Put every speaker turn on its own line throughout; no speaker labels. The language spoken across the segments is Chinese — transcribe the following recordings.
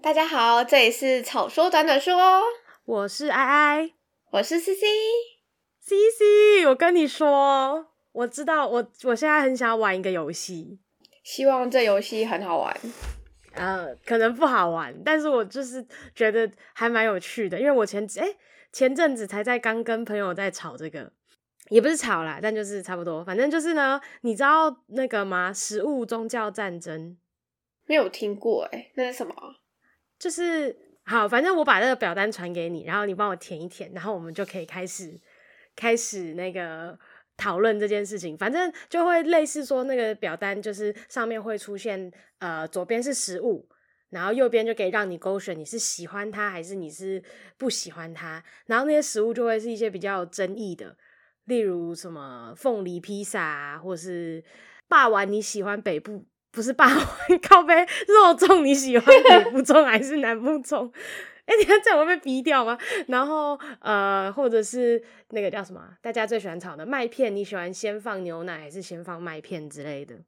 大家好，这里是草说短短说，哦
我是哀哀
我是 C C。
C C，我跟你说，我知道，我我现在很想玩一个游戏，
希望这游戏很好玩。
呃，可能不好玩，但是我就是觉得还蛮有趣的，因为我前哎、前阵子才在刚跟朋友在吵这个，也不是吵啦，但就是差不多，反正就是呢，你知道那个吗？食物宗教战争
没有听过哎、那是什么啊？
就是好，反正我把这个表单传给你，然后你帮我填一填，然后我们就可以开始开始那个讨论这件事情。反正就会类似说，那个表单就是上面会出现，呃，左边是食物。然后右边就可以让你勾选你是喜欢它还是你是不喜欢它，然后那些食物就会是一些比较有争议的，例如什么凤梨披萨啊，或是霸王你喜欢北部不是霸王 靠背肉粽你喜欢北部粽还是南部粽？哎、你看这样我会被逼掉吗？然后呃，或者是那个叫什么啊，大家最喜欢炒的麦片，你喜欢先放牛奶还是先放麦片之类的？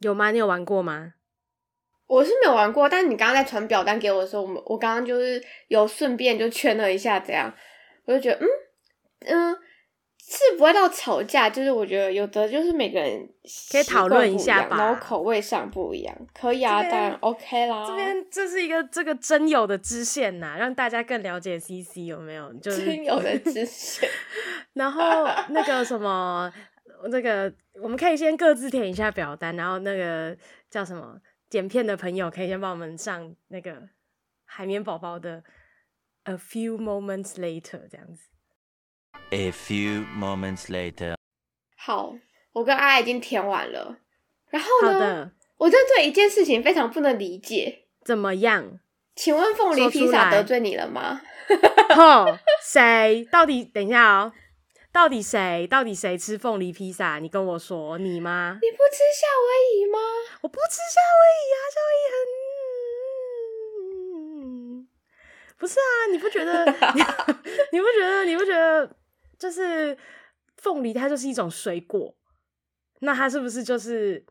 有吗？你有玩过吗？
我是没有玩过，但你刚刚在传表单给我的时候，我们我刚刚就是有顺便就圈了一下，这样我就觉得嗯嗯。是不会到吵架，就是我觉得有的就是每个人
可以
习惯
讨论一下
不样
吧
然后口味上不一样，可以啊，
这边
当然 OK 啦。
这边这是一个这个真有的支线呐、让大家更了解 CC 有没有？就是
真有的知 识，
然后那个什么，那个我们可以先各自填一下表单，然后那个叫什么剪片的朋友可以先帮我们上那个海绵宝宝的 A few moments later 这样子。
A few moments later.
好，我跟阿已经填完了。然后
好
呢？
的，
我真的对一件事情非常不能理解。
怎么样？
请问凤梨
说
披
出
萨
来
得罪你了 吗？
吼，谁？到底等一下哦，到底谁？到底谁吃凤梨披萨？你跟我说，你吗？
你不吃夏威夷吗？
我不吃夏威夷啊，夏威夷很……嗯不是啊，你不觉得？ 你不觉得？你不觉得？就是凤梨，它就是一种水果，那它是不是就是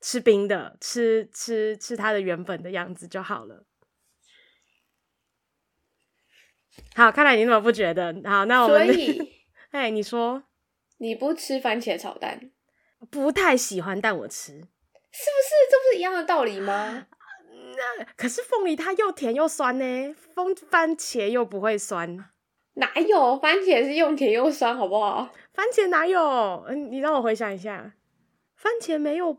吃冰的，吃吃吃它的原本的样子就好了？好，看来你怎么不觉得？好，那我
所
们
以
哎，你说
你不吃番茄炒蛋，是
不太喜欢，但我吃。
不是？这不是一样的道理吗？
那可是凤梨它又甜又酸呢，风番茄又不会酸，
哪有番茄是又甜又酸，好不好？
番茄哪有？嗯，你让我回想一下，番茄没有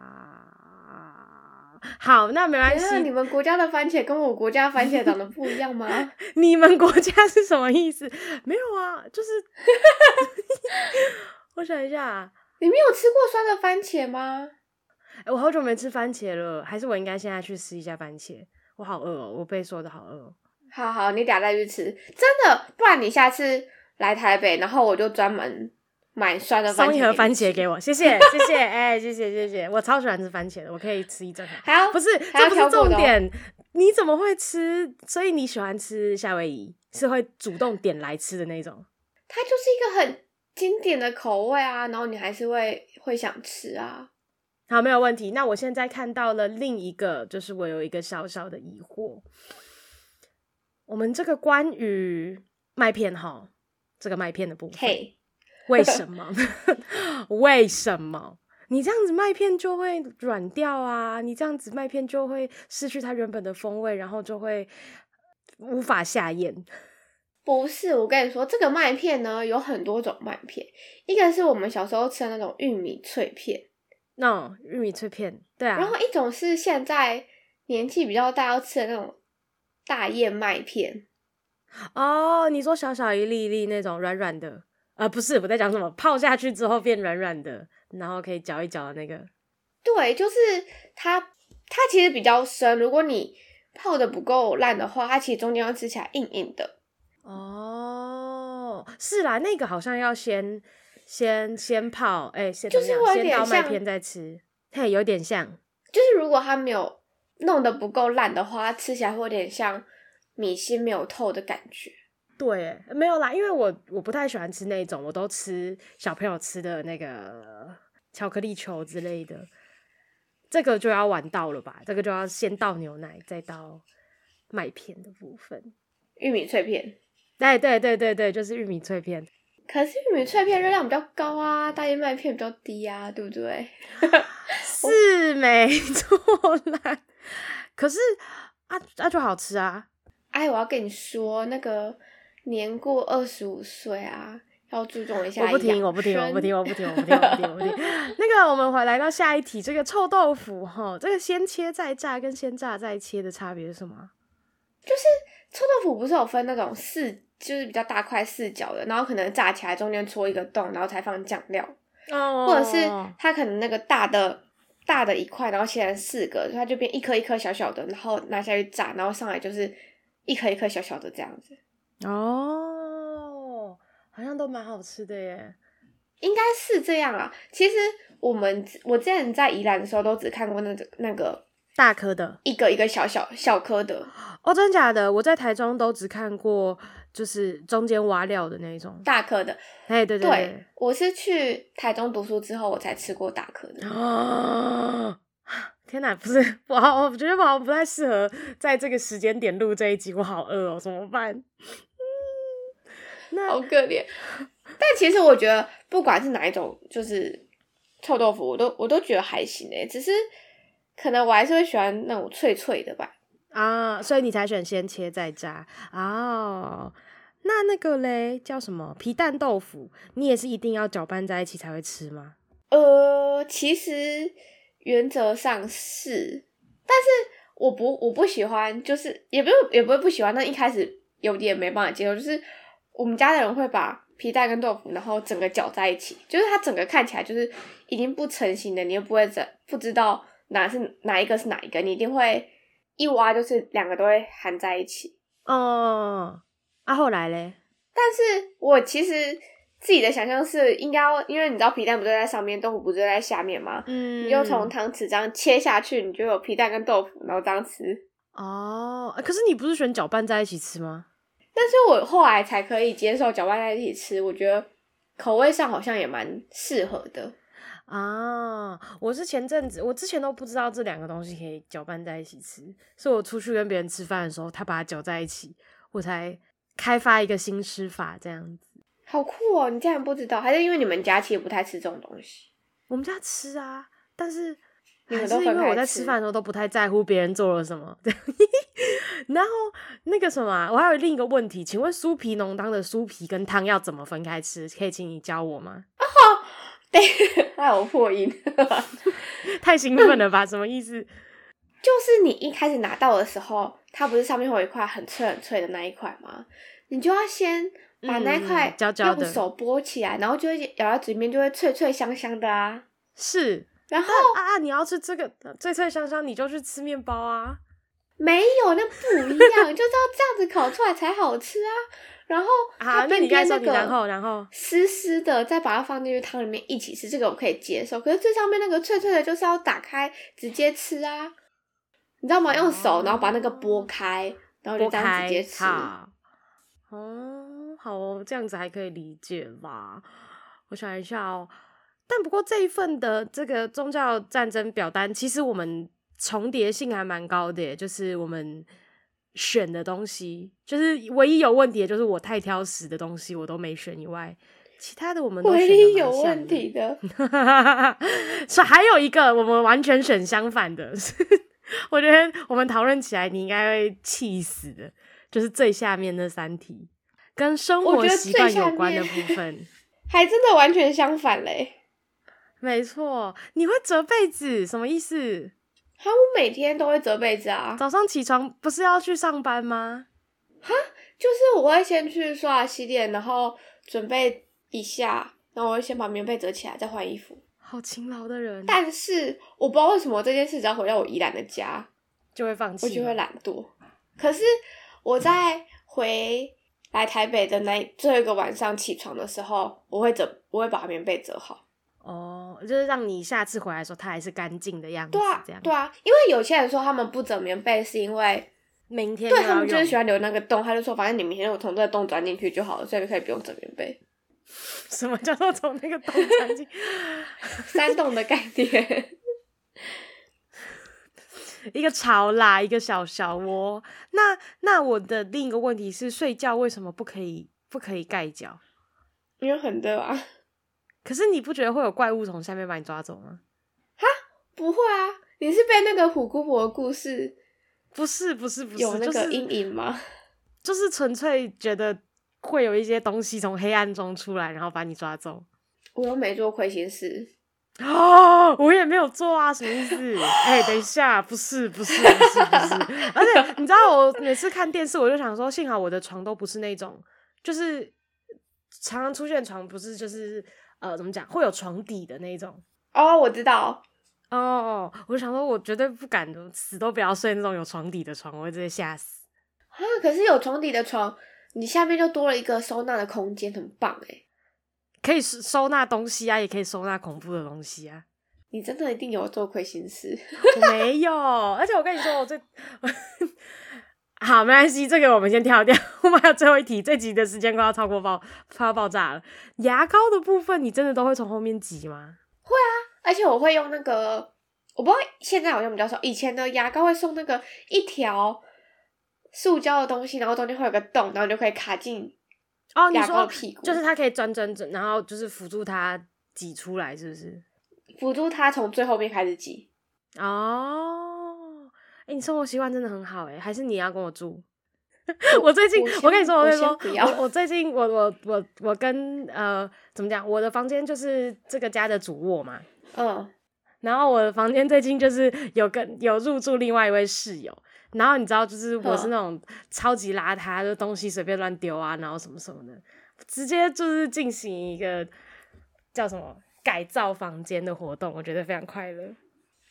吧？好，那没关
难道你
系。
们国家的番茄跟我国家番茄长得不一样 吗？
你们国家是什么意思？没有啊，就是，我想一下啊，
你没有吃过酸的番茄吗？
哎我好久没吃番茄了，还是我应该现在去吃一下番茄？我好饿哦，我被说的好饿哦。
好好，你俩再去吃，真的，不然你下次来台北，然后我就专门买酸的番茄，
送一盒番茄给我，谢谢谢谢，哎、谢谢谢谢，我超喜欢吃番茄的，我可以吃一整盒。
还要
不是，
还要
这不
挑
是
过
重
的哦
点，你怎么会吃？所以你喜欢吃夏威夷，是会主动点来吃的那种。
它就是一个很经典的口味啊，然后你还是会会想吃啊。
好，没有问题。那我现在看到了另一个，就是我有一个小小的疑惑，我们这个关于麦片哈，这个麦片的部分
嘿、
为什么？ 为什么？你这样子麦片就会软掉啊！你这样子麦片就会失去它原本的风味，然后就会无法下咽。
不是，我跟你说，这个麦片呢有很多种麦片，一个是我们小时候吃的那种玉米脆片，
那、种玉米脆片，对啊
然，后一种是现在年纪比较大要吃的那种大燕麦片，
哦，你说小小一粒一粒那种软软的，呃，不是我在讲什么，泡下去之后变软软的，然后可以嚼一嚼的那个，
对，就是它它其实比较深，如果你泡的不够烂的话，它其实中间要吃起来硬硬的。
哦，是啦，那个好像要先先先泡，哎、先
就
怎
是
么样
会有
先
点
倒麦
像
片再吃，嘿，有点像。
就是如果它没有弄得不够烂的话，它吃起来会有点像米心没有透的感觉。
对，没有啦，因为我我不太喜欢吃那种，我都吃小朋友吃的那个巧克力球之类的。这个就要晚到了吧？这个就要先倒牛奶，再倒麦片的部分。
玉米脆片。
对对对对对，就是玉米脆片。
可是玉米脆片热量比较高啊，大燕麦片比较低啊，对不对？
是没错啦。可是啊啊就好吃啊，
哎，我要跟你说，那个年过二十五岁啊，要注重一下
我不听，我不听，我不听，我不听，我不听，我不听，我不 听。那个，我们回来到下一题，这个臭豆腐哈，这个先切再炸跟先炸再切的差别是什么啊？
臭豆腐不是有分那种四，就是比较大块四角的，然后可能炸起来中间戳一个洞，然后才放酱料，
哦
或者是它可能那个大的大的一块，然后切成四个，它就变一颗一颗小小的，然后拿下去炸，然后上来就是一颗一颗小小的这样子。
哦，好像都蛮好吃的耶。
应该是这样啊。其实我们我之前在宜兰的时候，都只看过那个那个
大颗的
一个一个小小小颗的
哦，真假的？我在台中都只看过，就是中间挖料的那一种。
大颗的。
哎，对
对，我是去台中读书之后，我才吃过大颗的
对。。啊！ 天哪，不是，我好，我觉得我好像不太适合在这个时间点录这一集，我好饿哦，怎么办？
好可怜。但其实我觉得，不管是哪一种，就是臭豆腐，我都我都觉得还行诶、只是可能我还是会喜欢那种脆脆的吧。
啊，所以你才选先切再炸哦。那那个嘞叫什么皮蛋豆腐？你也是一定要搅拌在一起才会吃吗？
呃，其实原则上是，但是我不我不喜欢，就是也不是也不会不喜欢，但一开始有点没办法接受，就是我们家的人会把皮蛋跟豆腐，然后整个搅在一起，就是它整个看起来就是已经不成型的，你又不会怎不知道哪是哪一个是哪一个，你一定会一挖就是两个都会含在一起。
哦，啊，后来嘞，
但是我其实自己的想象是应该要，因为你知道皮蛋不就在上面，豆腐不就在下面吗？
嗯
你就从汤匙这样切下去，你就有皮蛋跟豆腐，然后这样吃。
哦、啊可是你不是选搅拌在一起吃吗？
但是我后来才可以接受搅拌在一起吃，我觉得口味上好像也蛮适合的。
啊，我是前阵子，我之前都不知道这两个东西可以搅拌在一起吃，是我出去跟别人吃饭的时候，他把它搅在一起，我才开发一个新吃法这样子。
好酷哦！你竟然不知道，还是因为你们家其实不太吃这种东西。
我们家吃啊，但是
你
还
们
是
都
因
分
为我
开
在吃
吃
饭的时候都不太在乎别人做了什么。 然后那个什么啊，我还有另一个问题，请问酥皮浓汤的酥皮跟汤要怎么分开吃？可以请你教我吗？
对，还有破音，
太兴奋了吧？什么意思？
就是你一开始拿到的时候，它不是上面会有一块很脆很脆的那一块吗？你就要先把那一
嗯
块
焦焦
用
的
手剥起来，然后就会咬到嘴里面就会脆脆香香的啊。
是
然后
啊啊！你要吃这个脆脆香香，你就去吃面包啊。
没有，那不一样， 就是要这样子烤出来才好吃啊。然后
好，
它
啊那
边
你刚
边
才说
那
你然后
个
然后
湿湿的，再把它放进去汤里面一起吃，这个我可以接受。可是最上面那个脆脆的，就是要打开直接吃啊，你知道吗？用手，然后把那个剥开，然后
剥
就这样
开
直接吃。
好哦，好哦，这样子还可以理解吧？我想一下哦，但不过这一份的这个宗教战争表单，其实我们重叠性还蛮高的耶，就是我们选的东西，就是唯一有问题的就是我太挑食的东西我都没选以外，其他的我们都
唯
选得
一
蛮
有
像
问
的
题的，
是还有一个我们完全选相反的， 是我觉得我们讨论起来你应该会气死的，就是最下面那三题跟生
我
活
觉得
习惯
最下
有关的
面
部分。
还真的完全相反嘞。
没错，你会折被子什么意思？
哈，我每天都会折被子啊，
早上起床不是要去上班吗？
就是我会先去刷牙洗脸，然后准备一下，然后我会先把棉被折起来，再换衣服。
好勤劳的人
但是我不知道为什么这件事只要回到我宜兰的家，
就会放弃
我
了，
就会懒惰。可是我在回来台北的那最后一个晚上起床的时候，我会折，我会把棉被折好。
哦，就是让你下次回来的时候它还是干净的样子，
对啊
这样，
对啊，因为有些人说他们不折棉被是因为
明天
对
又
他
要
们就是
用
喜欢留那个洞，他就说反正你明天我从这个洞钻进去就好了，所以可以不用折棉被。
什么 叫做从那个洞钻进？
山洞的概念。
一个巢啦，一个小小窝。那那我的另一个问题是，睡觉为什么不可以不可以盖脚？
因为很热啊。
可是你不觉得会有怪物从下面把你抓走吗？
不会啊，你是被那个虎姑婆的故事
不是不是不是，
有那个
就是
阴影 吗？
就是纯粹觉得会有一些东西从黑暗中出来，然后把你抓走。
我又没做亏心事，
哦，我也没有做啊，什么意思？哎、等一下，不是，不是，不是，不是。而且你知道，我每次看电视，我就想说，幸好我的床都不是那种，就是常常出现的床，不是就是呃，怎么讲，会有床底的那种。
哦，我知道，
哦哦，我就想说，我绝对不敢的，死都不要睡那种有床底的床，我会直接吓死。
啊，可是有床底的床，你下面就多了一个收纳的空间，很棒哎、
可以收收纳东西啊，也可以收纳恐怖的东西啊。
你真的一定有做亏心事，
我 没有，而且我跟你说，我最 好没关系，这个我们先跳掉。我们还有最后一题，这集的时间快要超过爆，快要爆炸了。牙膏的部分，你真的都会从后面挤吗？
而且我会用那个，我不知道现在好像比较少，以前的牙膏会送那个一条塑胶的东西，然后中间会有个洞，然后你就可以卡进
哦，你
牙膏
说
屁股，
就是它可以转转转，然后就是辅助它挤出来，是不是？
辅助它从最后面开始挤。
哦，哎、你生活习惯真的很好哎、还是你要跟我住？ 我最近，
我
我
先
跟你说，我
我
跟你
先
说
不要，
我我最近，我我我我跟呃，怎么讲？我的房间就是这个家的主卧嘛，
嗯，
然后我的房间最近就是有跟有入住另外一位室友，然后你知道，就是我是那种超级邋遢，就东西随便乱丢啊，然后什么什么的，直接就是进行一个叫什么改造房间的活动，我觉得非常快乐。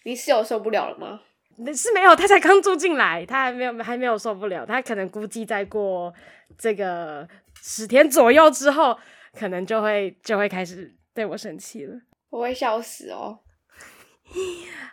你室友受不了了吗？
那是没有，他才刚住进来，他还没有还没有受不了，他可能估计再过这个十天左右之后，可能就会就会开始对我生气了。
我会笑死哦。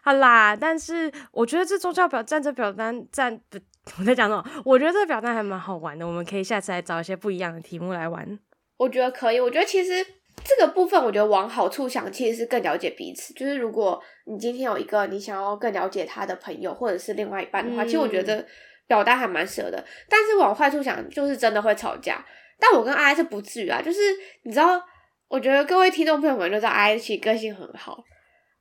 好啦，但是我觉得这宗教表战这表单战不，我在讲什么？我觉得这表单还蛮好玩的，我们可以下次来找一些不一样的题目来玩。
我觉得可以，我觉得其实这个部分，我觉得往好处想，其实是更了解彼此。就是如果你今天有一个你想要更了解他的朋友，或者是另外一半的话，
嗯
其实我觉得表达还蛮适合的。但是往坏处想，就是真的会吵架。但我跟阿 I 是不至于啊，就是你知道，我觉得各位听众朋友们都知道，阿 I 其实个性很好。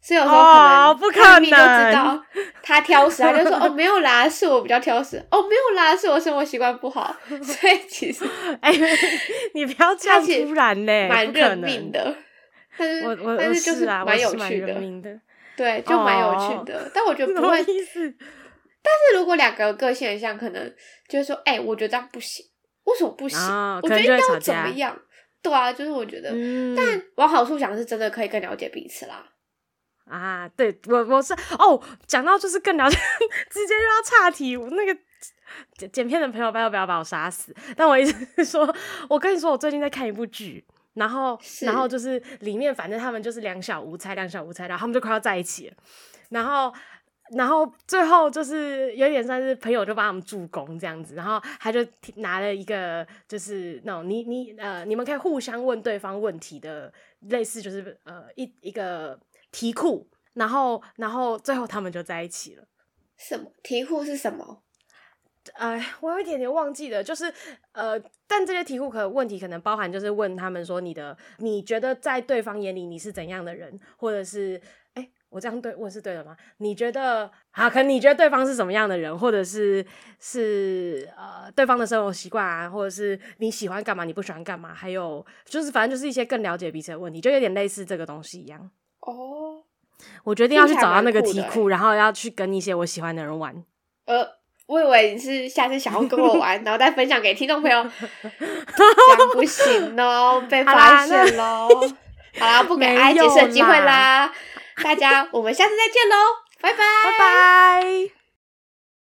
所以有时候可能、
哦不可
他明明就
能
知 道他挑食，他 就说哦没有啦，是我比较挑食，哦没有啦，是我生活习惯不好，所以其实
哎、 你不要这样
他其实
突然呢、
蛮
不可
认命
能。
的，但是
我我
但
我
是就是
啊，我
蛮有
是蛮
趣
认
的，
命的，
对，就蛮有
哦
趣的。但我觉
什
得不会，
么
但
意思？
是如果两个个性很像，可能就是说，哎、我觉得这样不行，为什么不行？
哦
我
可
觉得
能
应该
就会吵
要怎么
架
样？对啊，就是我觉得，
嗯，
但往好处想，是真的可以更了解彼此啦。
啊，对我我是哦，讲到就是更了解， 直接又要岔题。我那个剪剪片的朋友，拜托不要把我杀死。但我一直 说，我跟你说，我最近在看一部剧，然后
是
然后就是里面反正他们就是两小无猜，两小无猜，然后他们就快要在一起了，然后。然后最后就是有点算是朋友就帮他们助攻这样子，然后他就提拿了一个就是那种你你呃你们可以互相问对方问题的类似就是呃一一个题库，然后然后最后他们就在一起了。
什么题库是什么？
哎，我有一点点忘记了，就是呃，但这些题库可问题可能包含就是问他们说你的你觉得在对方眼里你是怎样的人，或者是哎，我这样对问是对的吗？你觉得啊，可能你觉得对方是什么样的人，或者是是呃对方的生活习惯啊，或者是你喜欢干嘛，你不喜欢干嘛，还有就是反正就是一些更了解彼此的问题，就有点类似这个东西一样。
哦，
我决定要去
听起来
找到那个
蛮酷
题
的欸
库，然后要去跟一些我喜欢的人玩。
呃。我以为你是下次想要跟我 玩，然后再分享给听众朋友，这样不行哦，被
好啦
发现喽。好啦，不给
没
I 解释的
有
机会
啦
啦，大家，我们下次再见喽，拜拜。
拜拜。